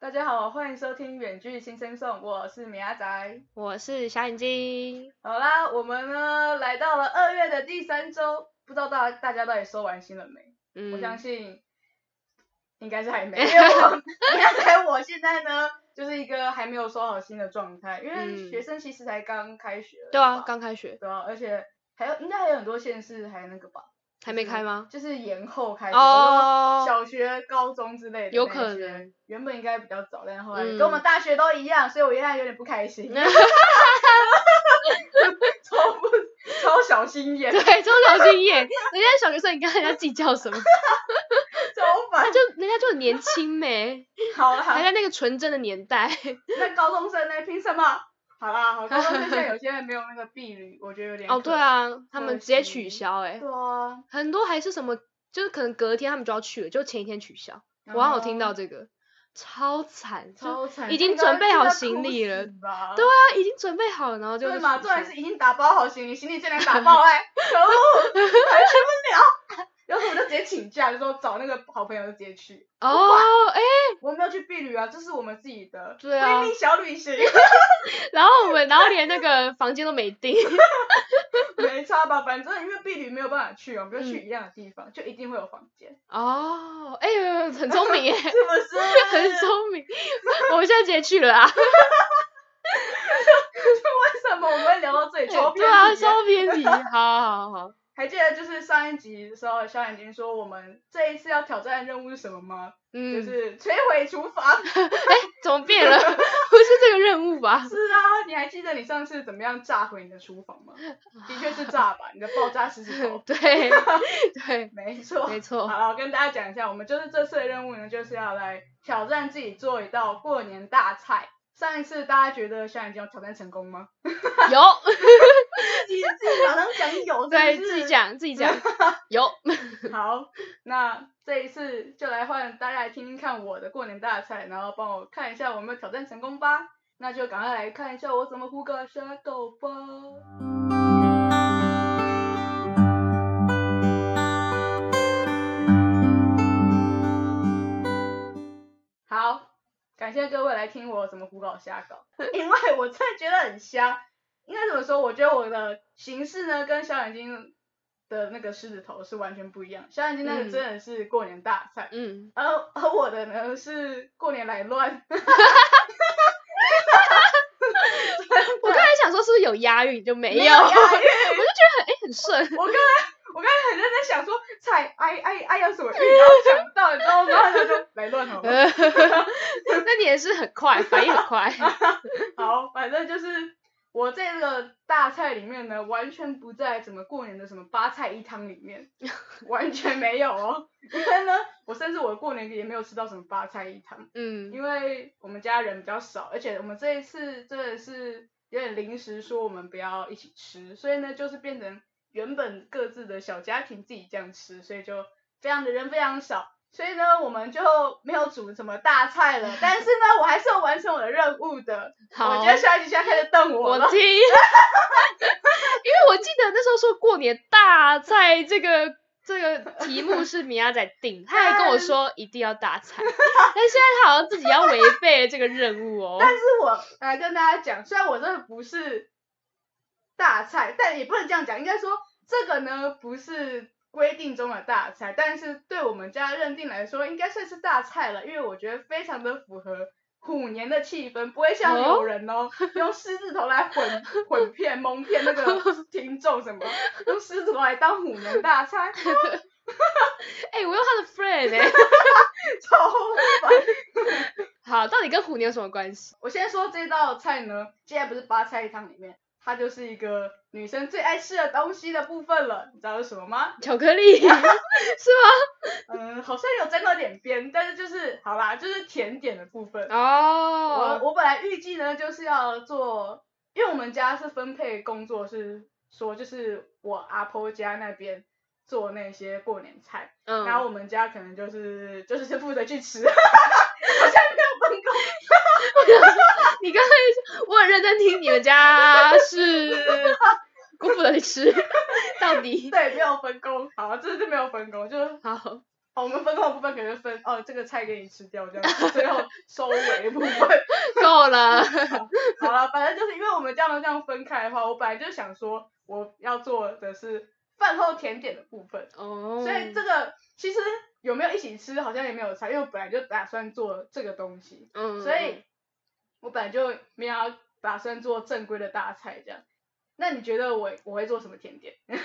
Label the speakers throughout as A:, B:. A: 大家好，欢迎收听《远距新生颂》，我是米阿仔。
B: 我是小眼睛，
A: 好啦，我们呢来到了二月的第三周，不知道大大家到底收完心了没？
B: 嗯，
A: 我相信应该是还 没，因为我米阿仔我现在呢就是一个还没有收好心的状态，因为
B: 嗯
A: 学生其实才刚开学而已吧、
B: 对啊，刚开学
A: 对啊，而且还有应该还有很多县市还那个吧，
B: 还没
A: 嗯
B: 开吗？
A: 就是延后开学。
B: 哦，
A: 小学、高中之类的那一些，
B: 有可能
A: 原本应该比较早，但是后来
B: 嗯
A: 跟我们大学都一样，所以我现在有点不开 心，超不超小心 眼，
B: 对，这种小心眼， 人家小学生，你跟人家计较什么？啊
A: 超烦。
B: 就人家就很年轻 没，
A: 哦好啦，
B: 还在那个纯真的年代。
A: 那高中生呢？凭什么？好啦，好，高中生现在有些人没有那个避旅，我觉得有点
B: 哦，
A: 可
B: 对啊，他们
A: 可
B: 直接
A: 惜
B: 取消哎、
A: 对啊，
B: 很多还是什么，就是可能隔天他们就要去了，就前一天取消。我好像有听到这个，超惨，就
A: 哦超惨，
B: 已经
A: 这个
B: 准备好
A: 这个
B: 行李了
A: 哭死吧
B: 对啊，已经准备好了，然后就
A: 对
B: 是
A: 嘛，
B: 取
A: 重点
B: 消
A: 是已经打包好行李，行李竟然打包 哎、可恶，还去不了。然后我就直接请假，就说找那个好朋友就直接去。
B: 哦，哎、
A: 我没有去避旅啊，这是我们自己的
B: 对
A: 闺
B: 啊
A: 蜜小旅 行，
B: 然后我们，然后连那个房间都没订，
A: 没差吧？反正因为避旅没有办法去哦，我们就去一样的地方，就一定会有房间，
B: 哦，哎、呦，很聪明 耶，
A: 是不是？
B: 很聪明， 我们现在直接去了啊，
A: 为什么我们会聊到这里？超
B: 对
A: 偏
B: 啊，
A: 题耶
B: 稍偏题，好好好，
A: 还记得就是上一集的时候，小眼睛说我们这一次要挑战的任务是什么吗？
B: 嗯，
A: 就是摧毁厨房。
B: 怎么变了？ 不是这个任务吧？。
A: 是啊，你还记得你上次怎么样炸毁你的厨房吗？的确是炸吧，你的爆炸狮子头
B: 对对，
A: 没错，
B: 没错
A: 好了，我跟大家讲一下，我们就是这次的任务呢，就是要来挑战自己做一道过年大菜。上一次大家觉得小眼睛有挑战成功吗？
B: 有，
A: 自己自己马上讲有，
B: 对自己。讲自己 讲，有，
A: 好，那这一次就来换大家来听听看我的过年大菜，然后帮我看一下我有没有挑战成功吧。那就赶快来看一下我怎么胡搞瞎搞吧。好，感谢各位来听我怎么胡搞瞎搞， 因为我真的觉得很瞎。应该怎么说？我觉得我的形式呢，跟小眼睛的那个狮子头是完全不一样。小眼睛那个
B: 嗯
A: 真的是过年大菜，
B: 嗯，
A: 而而我的呢是过年来乱，
B: 我刚才想说是不是有押韵就 没有，
A: 啊有啊押
B: 我
A: 韵。
B: 就觉得很哎很顺，
A: 我刚才我刚才很认真想说菜哎哎哎要什么韵，然后想不到，你知道吗？然后他就 来乱哦好
B: 嗯
A: 了。
B: 那你也是很快，反应很快，
A: 好，反正就是我在这个大菜里面呢，完全不在什么过年的什么八菜一汤里面，完全没有哦。因为呢，我甚至我过年也没有吃到什么八菜一汤，
B: 嗯
A: 因为我们家人比较少，而且我们这一次真的是有点临时说我们不要一起吃，所以呢，就是变成原本各自的小家庭自己这样吃，所以就非常的人非常少。所以呢，我们就没有煮什么大菜了，但是呢，我还是有完成我的任务的。
B: 好，
A: 我觉得小姐姐现在开始瞪我
B: 我
A: 了。
B: 听，因 为我记得那时候说过年大菜这个这个题目是米娅仔定，他还跟我说一定要大菜，但现在他好像自己要违背这个任务哦。
A: 但是我来跟大家讲，虽然我真的不是大菜，但也不能这样讲，应该说这个呢不是规定中的大菜，但是对我们家认定来说，应该算是大菜了，因为我觉得非常的符合。虎年的气氛不会像有人哦， 用狮子头来混混骗、蒙骗那个听众什么，用狮子头来当虎年大餐，
B: 哎、我用他的 friend 哎、
A: 超烦。
B: 好，到底跟虎年有什么关系？
A: 我先说这道菜呢，现在不是八菜一汤里面，它就是一个女生最爱吃的东西的部分了。你知道是什么吗？
B: 巧克力 是吗？
A: 嗯，好像有沾到点边，但是就是好啦，就是甜点的部分。我
B: 哦，
A: 我本来预计呢就是要做，因为我们家是分配工作是说就是我阿婆家那边做那些过年菜，然后
B: 嗯，
A: 我们家可能就是就是负责去吃， 好像没有分工。
B: 你刚才我很认真听，你们家是辜负了你吃，到底
A: 对，没有分工，好，这就没有分工，就是
B: 好
A: 哦，我们分控的部分可能分哦，这个菜给你吃掉这样子，最后收尾的部分。
B: 够了，
A: 好了，反正就是因为我们这样这样分开的话，我本来就想说我要做的是饭后甜点的部分，
B: 哦，
A: 所以这个其实有没有一起吃好像也没有差，因为我本来就打算做这个东西。
B: 嗯，
A: 所以我本来就没有要打算做正规的大菜这样。那你觉得我我会做什么甜点？
B: 嗯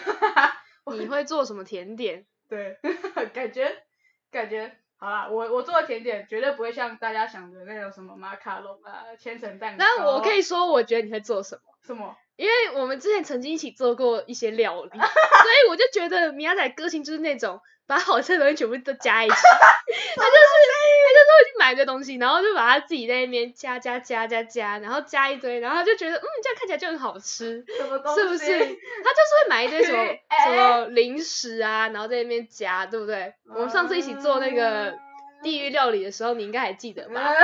B: 你会做什么甜点？
A: 对， 感觉感觉好啦，我我做的甜点绝对不会像大家想的那种什么马卡龙啊、千层蛋糕。
B: 那我可以说，我觉得你会做什么？
A: 什么？
B: 因为我们之前曾经一起做过一些 料理，所以我就觉得米亚仔个性就是那种把好吃的东西全部都加 一起，他就是他就是会去买个东西，然后就把他自己在那边加加加加加，然后加一堆，然后他就觉得嗯这样看起来就很好吃，
A: 什么东西？
B: 是不是？他就是会买一堆什么
A: 哎
B: 什么零食啊，然后在那边加，对不对？我们上次一起做那
A: 嗯
B: 个地狱料理的时候，你应该还记得吧？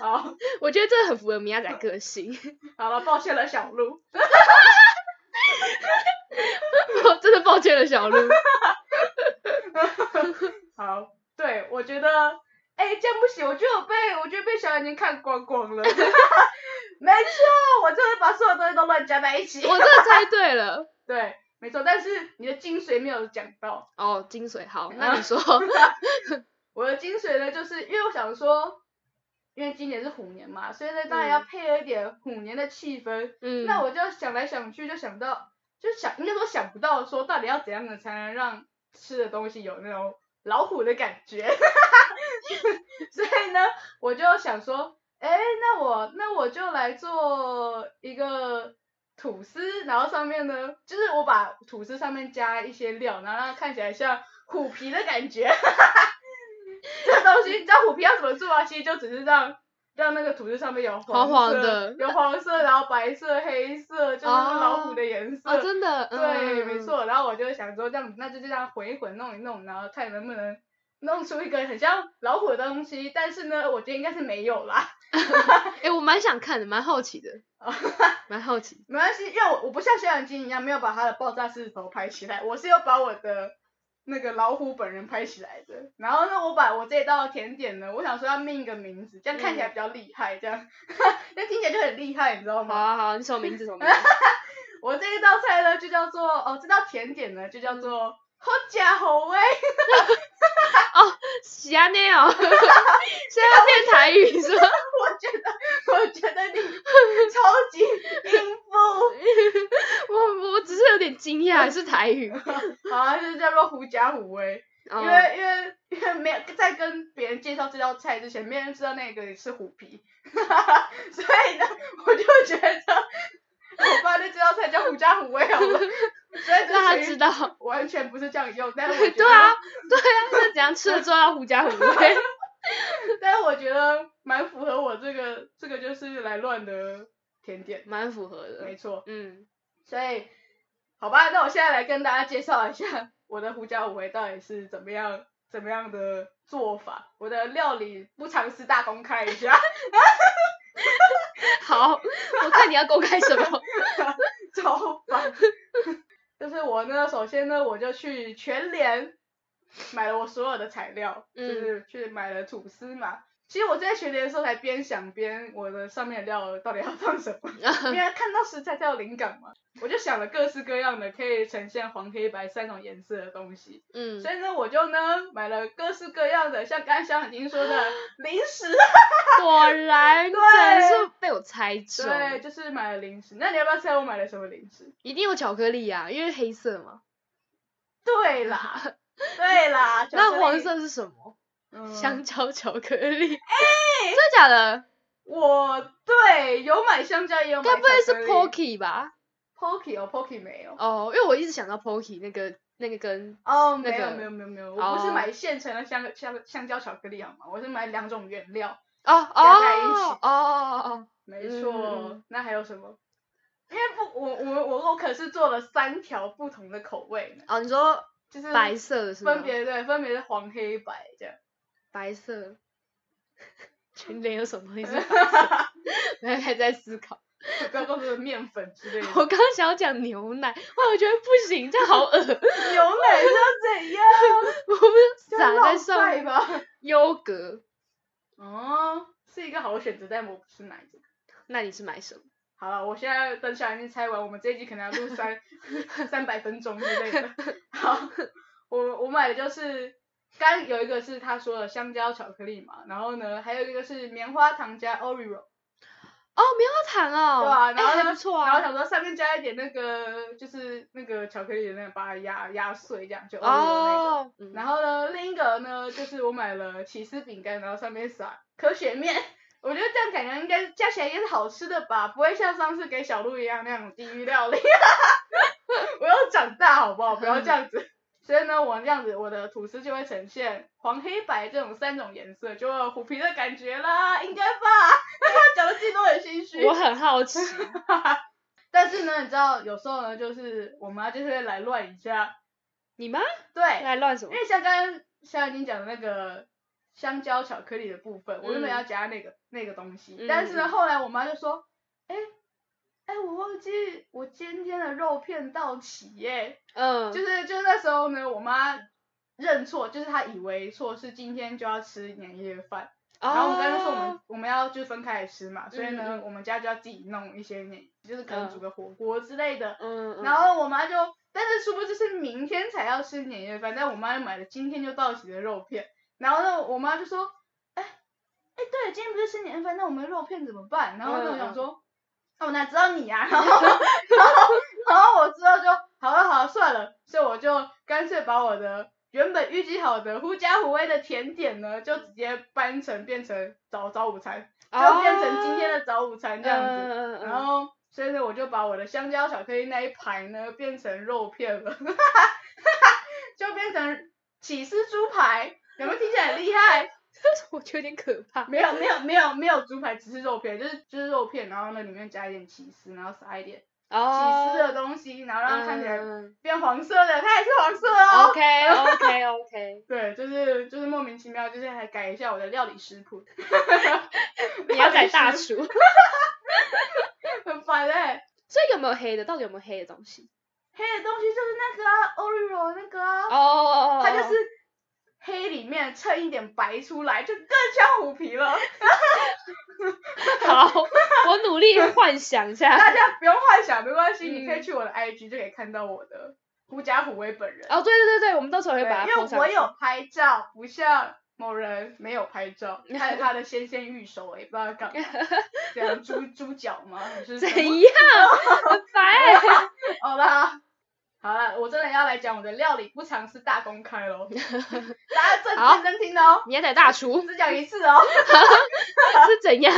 A: 好，
B: 我觉得这很符合米亚仔个性。
A: 好了，抱歉了，小鹿。
B: 我真的抱歉了，小鹿。
A: 好，对，我觉得，哎，这样不行，我觉得我被，我觉得被小眼睛看光光了。没 错，我真的把所有东西都乱加在一起。
B: 我真的猜对了。
A: 对，没错，但是你的精髓没有讲到。
B: 哦，精髓好，那你说，
A: 我的精髓呢，就是因为我想说，因为今年是虎年嘛，所以呢，当然要配合一点虎年的气氛。
B: 嗯，
A: 那我就想来想去，就想到，就想应该说想不到说到底要怎样的才能让吃的东西有那种老虎的感觉。 所以呢，我就想说，哎，那我那我就来做一个吐司，然后上面呢，就是我把吐司上面加一些料，然后让它看起来像虎皮的感觉。 这东西你知道虎皮要怎么做啊？其实就只是让让那个吐司上面有
B: 黄黄的
A: 有黄色，然后白色、黑色，就是老虎的颜色。
B: 哦，真的，
A: 对，没
B: 嗯，
A: 错。然后我就想说，这样那就这样混一混，弄一弄，然后看能不能弄出一个很像老虎的东西。但是呢，我觉得应该是没有啦。
B: 哎、我蛮想看的，蛮好 奇的，蛮好奇。
A: 没关系，因为我我不像小眼睛一样没有把他的爆炸狮子头拍起来，我是有把我的那个老虎本人拍起来的。然后呢，我把我这一道甜点呢，我想说要命一个名字，这样看起来比较厉害，这样， 那听起来就很厉害，你知道
B: 好
A: 吗？
B: 啊，好啊，你什么名字？什么名 字？
A: 我这一道菜呢，就叫做哦，这道甜点呢，就叫做好假好味。
B: 喜安内哦， 现在要变台语是吧？
A: 我觉得，我觉得你超级应付。
B: 我我只是有点惊讶，是 台语，
A: 好啊，就是叫做狐假虎哎威，
B: 哦
A: 因为因为因为没有在跟别人介绍这道菜之前，没人知道那个是虎皮， 所以呢，我就觉得我发现这道菜叫狐假虎威好了，所以
B: 让他
A: 这
B: 知
A: 词
B: 道。
A: 完全不是这样用，但 是我觉得，
B: 对啊，对啊，那怎样吃了之后要狐假虎威？
A: 但是我觉得蛮符合我这个这个就是来乱的甜点，
B: 蛮符合的
A: 没，错。
B: 嗯，
A: 所以，好吧，那我现在来跟大家介绍一下我的胡椒五味到底是怎么样怎么样的做法。我的料理不藏私大公开一下，
B: 好，我看你要公开 什么？
A: 超棒。就是我呢，首先呢，我就去全联买了我所有的材料，
B: 嗯
A: 就是去买了吐司嘛。其实我在全联的时候才边想边我的上面的料到底要放什 么，因为看到食材才有灵感嘛。我就想了各式各样的可以呈现黄、黑、白三种颜色的东西。
B: 嗯，
A: 所以呢，我就呢买了各式各样的，像刚才小已经说 的零食，
B: 果然，
A: 对
B: 真是哦被我猜中。
A: 对，就是买了零食。那你要不要猜我买了什么零食？
B: 一定有巧克力呀、因为黑色嘛。
A: 对啦，对啦，巧克
B: 那
A: 力
B: 黄色是什么？
A: 嗯
B: 香蕉巧克力。哎、真的假的？
A: 我对有买香蕉，也有买
B: 该不会是
A: 巧克力
B: Pocky 吧？
A: Pocky 哦，Pocky 没有。
B: 哦，因为我一直想到 Pocky 那个那个跟
A: 哦，
B: 那
A: 没有
B: 个
A: 没有没有没有，我不是
B: 哦
A: 买现成的香香香蕉巧克力好吗？我是买两种原料，
B: 哦哦
A: 加在一起
B: 哦哦哦
A: 没错。
B: 嗯嗯
A: 那还有什么？因为不，我我我我可是做了三条不同的口味呢，
B: 哦，你说
A: 就是
B: 白色的是吗？
A: 嗯分别对，分别是黄黑白这样。
B: 白 色。全脸有什么东西是白色？我还在思考。
A: 不要告诉我面粉之 类的。
B: 我刚刚想要讲牛奶，哇，我觉得不行，这样好 恶，
A: 牛奶是要 怎样？
B: 我不
A: 就是
B: 撒
A: 浪
B: 在上
A: 费
B: 面。
A: 吧。
B: 优格，
A: 哦，是一个好的选择，但我不是买这个。
B: 那你是买什么？
A: 好了，我现在等小明猜完，我们这一集可能要录三三百分钟之类的。好，我我买的就是刚有一个是他说的香蕉巧克力嘛，然后呢还有一个是棉花糖加 Oreo，、
B: 哦，棉花糖哦，
A: 对啊，
B: 哎
A: 然后呢、
B: 还不错
A: 然后
B: 啊。
A: 想说上面加一点那个就是那个巧克力的那个，把它压压碎这样就 Oreo 那个。
B: 哦，嗯
A: 然 后呢，另一个呢，就是我买了起司饼干，然后上面撒可雪面。 我觉得这样感觉应该加起来应该是好吃的吧，不会像上次给小鹿一样那种地狱料理。 我要长大好不好？不要这样子。所以呢，我这样子，我的吐司就会呈现黄、黑、白这种三种颜色，就会有虎皮的感觉啦，应该吧？ 讲的自己都很心虚。
B: 我很好 奇，
A: 但是呢，你知道有时候呢，就是我妈就是会来乱一下，
B: 你妈
A: 对，
B: 来乱什么
A: 因？为像刚刚像你讲的那个香蕉巧克力的部分，我原本
B: 嗯
A: 要加那个、那个东西，
B: 嗯
A: 但是
B: 嗯
A: 呢，
B: 嗯
A: 后来我妈就说，哎、哎、我忘记我今天的肉片到齐耶、
B: 嗯，
A: 就是就是那时候呢，我妈认错，就是她以为错是今天就要吃年夜饭，
B: 然
A: 然后我们刚刚说我
B: 们
A: 们我们要就分开来吃嘛，所以呢，
B: 哦嗯嗯
A: 我们家就要自己弄一些年，就是可能
B: 嗯
A: 煮个火锅之类的，
B: 嗯，嗯
A: 然后我妈就，但是殊不知是明天才要吃年夜饭，但我妈就买了今天就到齐的肉片。然后呢，我妈就说，哎，哎，对，今天不是吃年夜饭，那我们肉片怎么办？然后呢，我想说，那、我哪知道你呀、然后，然后，然后我之后就，好了好了，算了，所以我就干脆把我的。原本预计好的狐假虎威的甜点呢，就直接搬成变成早早午餐，
B: 哦
A: 就变成今天的早午餐这样子。
B: 子
A: 然后，所以呢，我就把我的香蕉巧克力那一排呢变成肉片了， 就变成起司猪排，有没有听起来很厉害？
B: 我觉得有点可怕。
A: 没有，没有，没有，没有猪排，只是肉片，就是就是肉片，然后呢里面加一点起司，然后撒一点起
B: 哦，
A: 司的东西，然后让它看起来
B: 嗯
A: 变黄色的，它也是黄色哦。
B: OK OK OK，
A: 对，就是就是莫名其妙，就是还改一下我的料理食谱，
B: 你要改
A: 料
B: 大
A: 理食
B: 厨。
A: 很烦哎、
B: 所以有没有黑的？到底有没有黑的东西？
A: 黑的东西就是那个啊，Oreo 那个啊。
B: 哦哦，哦
A: 它就是黑里面衬一点白出来，就更像虎皮了。
B: 哦好，我努力幻想一下。
A: 大家不用幻想，没关系，
B: 嗯
A: 你可以去我的 IG 就可以看到我的狐假虎威本人。
B: 哦，对对对对，我们到时候
A: 对
B: 会把它
A: 因
B: po
A: 为
B: 上
A: 我
B: 去
A: 有拍照，不像某人没有拍 照，还有他的纤纤玉手，也不知道干嘛，这样猪猪脚吗？还是
B: 怎
A: 什么？
B: 样？很烦欸。
A: 好啦。好了，我真的要来讲我的料理不常是大公开 喽，大家
B: 好
A: 正认真听哦，
B: 你要改大厨
A: 只讲一次哦。
B: 是 怎样？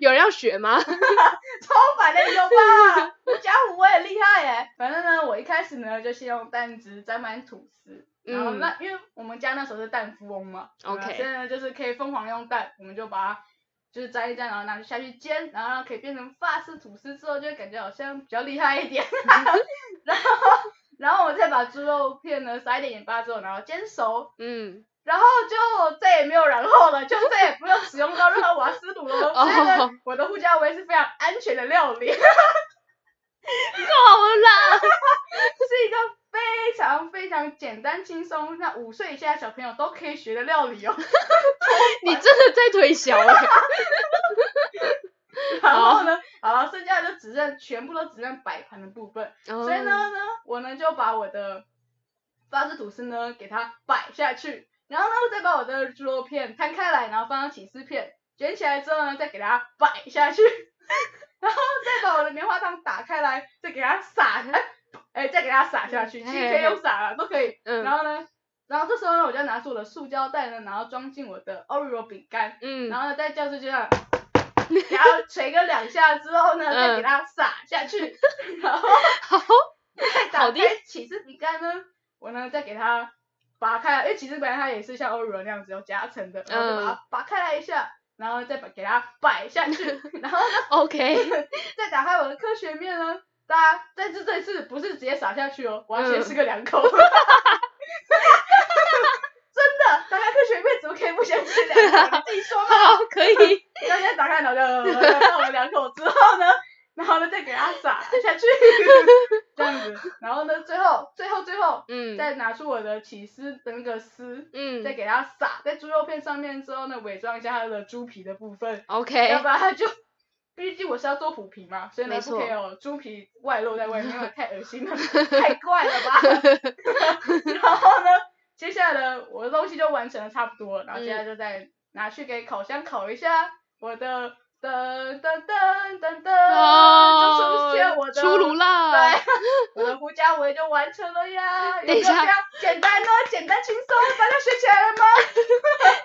B: 有人要学吗？
A: 超凡的有吧？家虎我也厉害耶。反正呢，我一开始呢就先用蛋汁沾满吐司，然后
B: 嗯
A: 那、因为我们家那时候是蛋富翁嘛
B: OK
A: 对吧所以呢就是可以疯狂用蛋，我们就把它。就是沾一沾，然后拿去下去煎，然后让它可以变成法式吐司之后，就会感觉好像比较厉害一点。
B: 嗯
A: 然后，然后我再把猪肉片呢撒一点盐巴之后，然后煎熟，
B: 嗯，
A: 然后就再也没有然后了，就再也不用使用到任何瓦斯炉 了。
B: 哦
A: 所以呢，我的胡椒味是非常安全的料理，是
B: 够了。
A: 一个非常非常简单轻松，那五岁以下的小朋友都可以学的料理哦。
B: 你真的在 推销欸
A: 然后呢，好了，剩下的就只认全部都只认摆盘的部分。
B: 哦嗯
A: 所以呢呢，我呢就把我的法式吐司呢给它摆下去，然后呢再把我的猪肉片摊开来，然后放上起司片卷起来之后呢，再给它摆下去， 然后再把我的棉花糖打开来，再给它撒，哎、哎再给它撒下去，其实可以用撒了，都可以。
B: 嗯，
A: 然后呢，然后这时候呢，我就拿出我的塑胶袋呢，然后装进我的 Oreo 饼干，
B: 嗯
A: 然后呢，在教室就这样， 然后捶个两下之后呢，再给它撒下 去，然后
B: 嗯好，
A: 再打
B: 好的
A: 开起司饼干呢，我呢再给它拔开来，因为起司饼干它也是像欧若那样子有夹层的，然后就把
B: 嗯
A: 它拔开来一下，然后再把给它摆下去， 然后呢
B: OK，
A: 再打开我的科学面呢，大家但是这次不是直接撒下去哦，我要先
B: 嗯
A: 吃个两口。 真的，打开科学面怎么可以不先吃 两口？你自己说嘛。
B: 好，可以。
A: 那天打开脑袋，然后就倒了两口之后呢，后呢再给它撒下 去，这样子。然后呢，最后最后最后
B: 嗯
A: 再拿出我的起司的那个丝，再
B: 嗯
A: 给它撒在猪肉片上面之后呢，伪装一下它的猪皮的部分，要
B: ，OK，
A: 不然它就。毕竟我是要做虎皮 嘛，所以呢
B: 哎没
A: 不可以
B: 错
A: 有猪皮外露在外面，太恶心了，太怪了 吧。 然后呢，接下来呢，我的东西就完成的差不多了，然后接下来就再拿去给烤箱烤一下我的噔噔噔噔噔，就出现我的
B: 哦出炉了，
A: 对，我的狐假尾就完成了呀。有没
B: 等一
A: 有这
B: 下
A: 样简单呢？简单轻松，大家学起来了吗？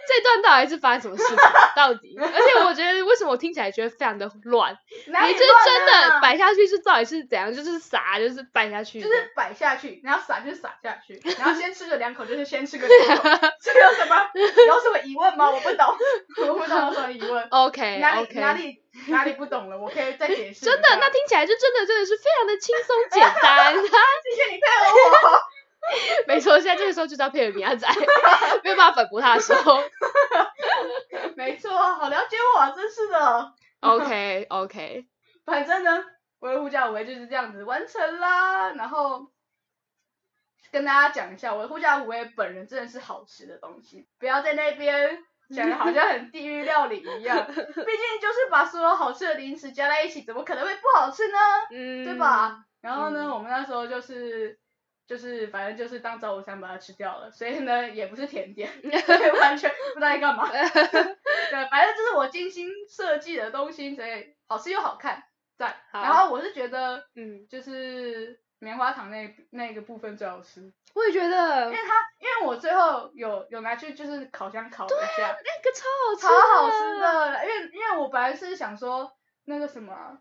B: 这段到底是发生什么事情？到 底？而且我觉得为什么我听起来觉得非常的乱？
A: 哪里
B: 你这真
A: 乱啊
B: 的摆下去是到底是怎样？就是啥？就是摆下去的，
A: 就是摆下去，然后撒就是撒下去，然后先吃个两口就是先吃个两口，这个有什么有什么疑问吗？我不懂， 我不懂有什么疑问。
B: OK
A: 哪里
B: 哎 OK。
A: 哪里哪里不懂了，我可以再解释一下。
B: 真的，那听起来就真的真的是非常的轻松简单。
A: 谢谢你配合我。
B: 没错，现在这个时候就是要配合米亚仔，没有办法反驳他的时候。
A: 没错，好了解我，真是的。
B: OK OK，
A: 反正呢，我的胡椒尾就是这样子完成啦。然后跟大家讲一下，我的胡椒尾本人真的是好吃的东西，不要在那边讲的好像很地狱料理一样。毕竟就是把所有好吃的零食加在一起，怎么可能会不好吃呢？
B: 嗯，
A: 对吧？然后呢，
B: 嗯
A: 我们那时候就是就是反正就是当早午餐把它吃掉了，所以呢也不是甜点， 所以完全不知道在干 嘛。对，反正就是我精心设计的东西，所以好吃又好看，赞。
B: 好
A: 然后我是觉得
B: 嗯，
A: 就是棉花糖那那个部分最好吃，因
B: 我也觉得
A: 为它因为我最后有有拿去就是烤箱烤了一下，
B: 那个超好吃，
A: 超好吃。的。因为因为我本来是想说那个什么啊，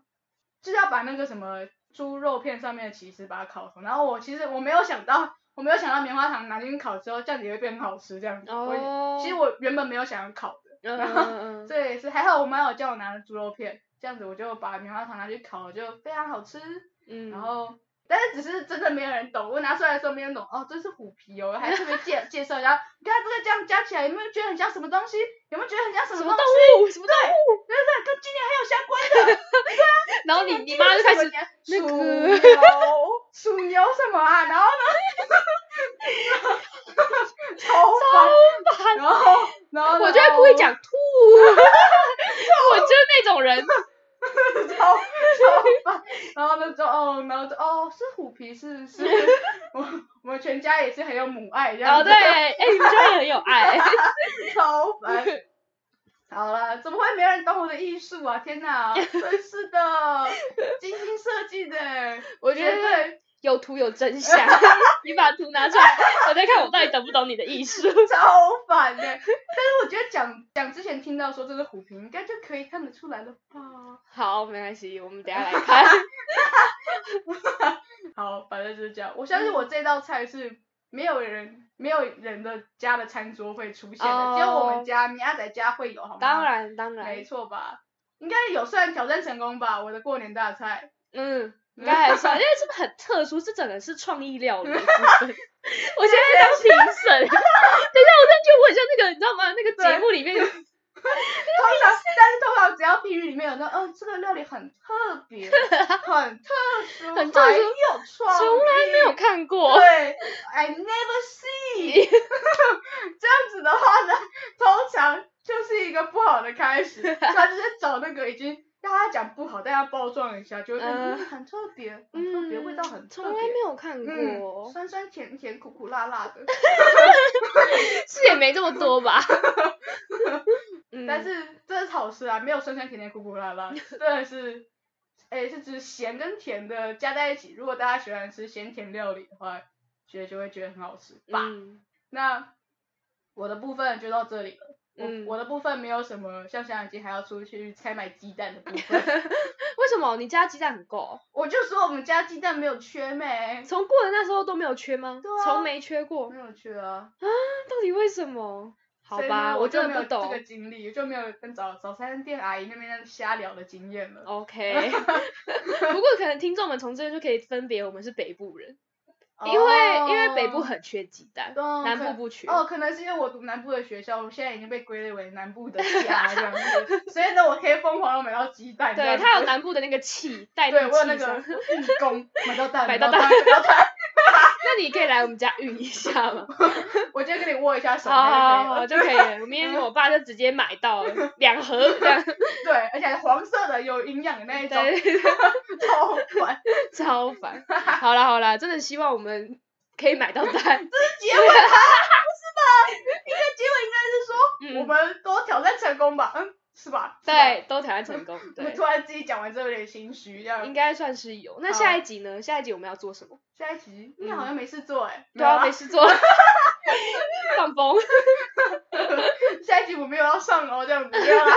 A: 就是要把那个什么猪肉片上面的起司把它烤熟，然后我其实我没有想到，我没有想到棉花糖拿进去烤之后，这样子也会变很好吃这样子。我
B: 哦，
A: 其实我原本没有想要烤的，
B: 嗯嗯嗯
A: 这也是还好我妈有叫我拿猪肉片，这样子我就把棉花糖拿去烤，就非常好吃。
B: 嗯，
A: 然后。但是只是真的没有人懂，我拿出来的时候没有人懂哦，这是虎皮哦，我还特别介介绍一下，你看这个这样加起来有没有觉得很像什么东西？有没有觉得很像什么
B: 嗯什
A: 东
B: 么
A: 西？
B: 动物什么动物，
A: 对对， 跟今年还有相关的。
B: 然后你你妈就开始那
A: 属
B: 个
A: 牛，属牛 什么啊？然后呢？ 超烦。
B: 烦
A: 然后，然后
B: 我就会故意，讲吐，我就是那种人，
A: 然后 超超烦。然后呢就哦，然后就哦是虎皮是不是？我我们全家也是很有母爱这样
B: 哦
A: 子。
B: 对，哎，你们就会很有爱，
A: 超烦。好了，怎么会没人懂我的艺术啊？天哪，真是 的，精心设计的，
B: 我觉
A: 绝
B: 得
A: 对
B: 有图有真相， 你把图拿出来，我再看我到底懂不懂你的艺术。
A: 超烦的、但是我觉得讲讲之前听到说这是虎皮，应该就可以看得出来了吧？
B: 好，没关系，我们等一下来看。
A: 好，反正就是这样。我相信我这道菜是没有人没有人的家的餐桌会出现的，
B: 哦
A: 只有我们家米亚仔家会有，好吗？
B: 当，然，当
A: 没
B: 然，
A: 错吧？应该有算挑战成功吧？我的过年大 菜。
B: 嗯，应该还算，因为这个很特殊，这整个是创意料理的 部分。我现在当评审， 等一下，我真的觉得我很像那个，你知道吗？那个节目里面，
A: 通常，但是通常只要评语里面有那，嗯、这个料理很特 别，很特殊，
B: 很特殊
A: 还有创意，
B: 从来没有看过。
A: 对，I never see 。 这样子的话呢，通常就是一个不好的开始， 他就是找那个已经大家讲不好，但要包装一下，就会变成、
B: 呃
A: 嗯、很特别，很特别，
B: 嗯，
A: 味道很特
B: 从来没
A: 别。
B: 有看
A: 嗯，
B: 过，嗯
A: 酸酸甜甜、苦苦辣辣的，
B: 是也没这么多吧？嗯
A: 但是这是好吃啊，没有酸酸甜甜、苦苦辣 辣，真的是，哎、是指咸跟甜的加在一起。如果大家喜欢吃咸甜料理的话，觉得就会觉得很好吃吧。
B: 嗯
A: 那我的部分就到这里了。我、
B: 嗯
A: 我的部分没有什么像小养鸡还要出去采买鸡蛋的部分。
B: 为什么你家鸡蛋很够？
A: 我就说我们家鸡蛋没有缺没，
B: 从过年那时候都没有缺吗？
A: 对啊
B: 从没缺过，
A: 没有缺啊。
B: 那到底为什么？好
A: 所以
B: 吧，
A: 呢我就
B: 真
A: 没
B: 的
A: 有
B: 不懂
A: 这。个经历，就没有跟早早餐店阿姨那边瞎聊的经验了。
B: OK，不过可能听众们从这就可以分别我们是北部人，因为、因
A: 哦
B: 为北部很缺鸡蛋，
A: 哦
B: 南
A: 可
B: 部不缺。
A: 哦，可能是因为我读南部的学校，我现在已经被归类为南部的 家这样子，所以呢，我可以疯狂的买到鸡蛋。这
B: 对，
A: 样子
B: 它有南部的那个气，带
A: 对，
B: 那
A: 我有
B: 个
A: 那个
B: 气上。
A: 义工买到蛋，
B: 买
A: 到
B: 到蛋
A: 买到蛋。
B: 那你可以来我们家运一 下吗？
A: 我今天跟你握一呃下手，
B: 好好
A: 那
B: 好，
A: 就可以
B: 就
A: 了
B: 可以了。我明
A: 嗯
B: 天我爸就直接买到了两盒这样，
A: 对，而且黄色的有营养的那一种，
B: 对，
A: 超烦。
B: 超烦。好啦好啦，真的希望我们可以买 到蛋。
A: 结尾啊，不是吧？应该结尾应该是说，
B: 嗯
A: 我们都挑战成功吧？嗯，是吧？是吧，
B: 对，都挑战成 功。
A: 我
B: 对嗯
A: 突，然自己讲完之后有点心虚，这样
B: 应。该算是有。那
A: 好
B: 下一集呢？下一集我们要做什么？
A: 下一集应该好像没事做哎、欸，
B: 嗯对啊，
A: 没
B: 没
A: 有啊
B: 事做，放风。
A: 下一集我没有要上哦，这样子不要 啦。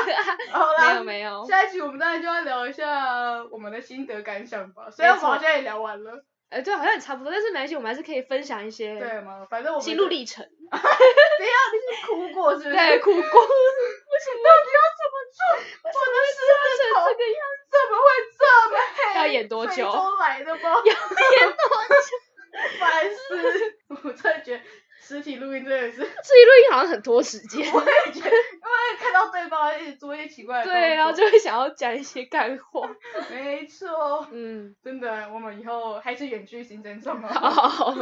A: 好
B: 没有
A: 啦，
B: 没有，
A: 啊下一集我们当然就要聊一下我们的心得感想吧。虽然我们
B: 没错
A: 好像也聊完了，
B: 呃，对，好像也差不多，但是没关系，我们还是可以分享一些
A: 对嘛，反正我们
B: 心路历程。
A: 是哭过是不是？
B: 对，哭过，为什么
A: 我的狮子头
B: 会变成这个样？
A: 怎么会这么黑？
B: 要演多久
A: 非洲来的吗？
B: 要演多久？
A: 烦死！我真的觉得实体录音真的是， 我
B: 自己录音好像很拖时间。
A: 也觉得，因为看到对方一直做一些奇怪的动作
B: 对，然啊后就会想要讲一些干货。
A: 没错，
B: 嗯，
A: 真的，我们以后还是远距行政上吧，
B: 好好好，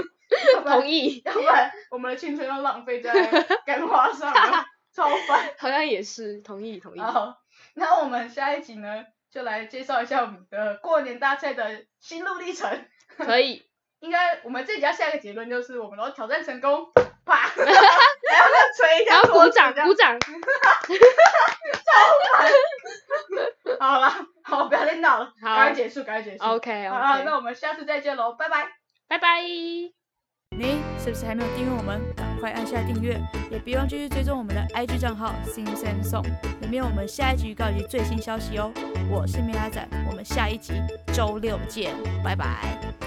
A: 要不然
B: 同意，
A: 要不然我们的青春要浪费在 干花上了，超烦
B: 好像也是同意同意。
A: 啊！那我们下一集呢，就来介绍一下我们的过年大赛的心路历程。
B: 可以，
A: 应该我们这集要下一个结论就是，我们都挑战成功，啪， 还要再捶一
B: 然
A: 下
B: 后
A: 桌
B: 鼓
A: 子这样，
B: 掌鼓掌。
A: 好了，好，不要再闹了，
B: 好
A: 赶快结束，赶快结束。
B: OK
A: 好了，
B: OK，
A: 那我们下次再见喽，拜拜。
B: 拜拜。
C: 你是不是还没有订阅我们？赶快按下订阅，也别忘继续追踪我们的 IG 账号 Sing Sing Song，里面有我们下一集预告以及最新消息哦。我是米拉仔，我们下一集周六见，拜拜。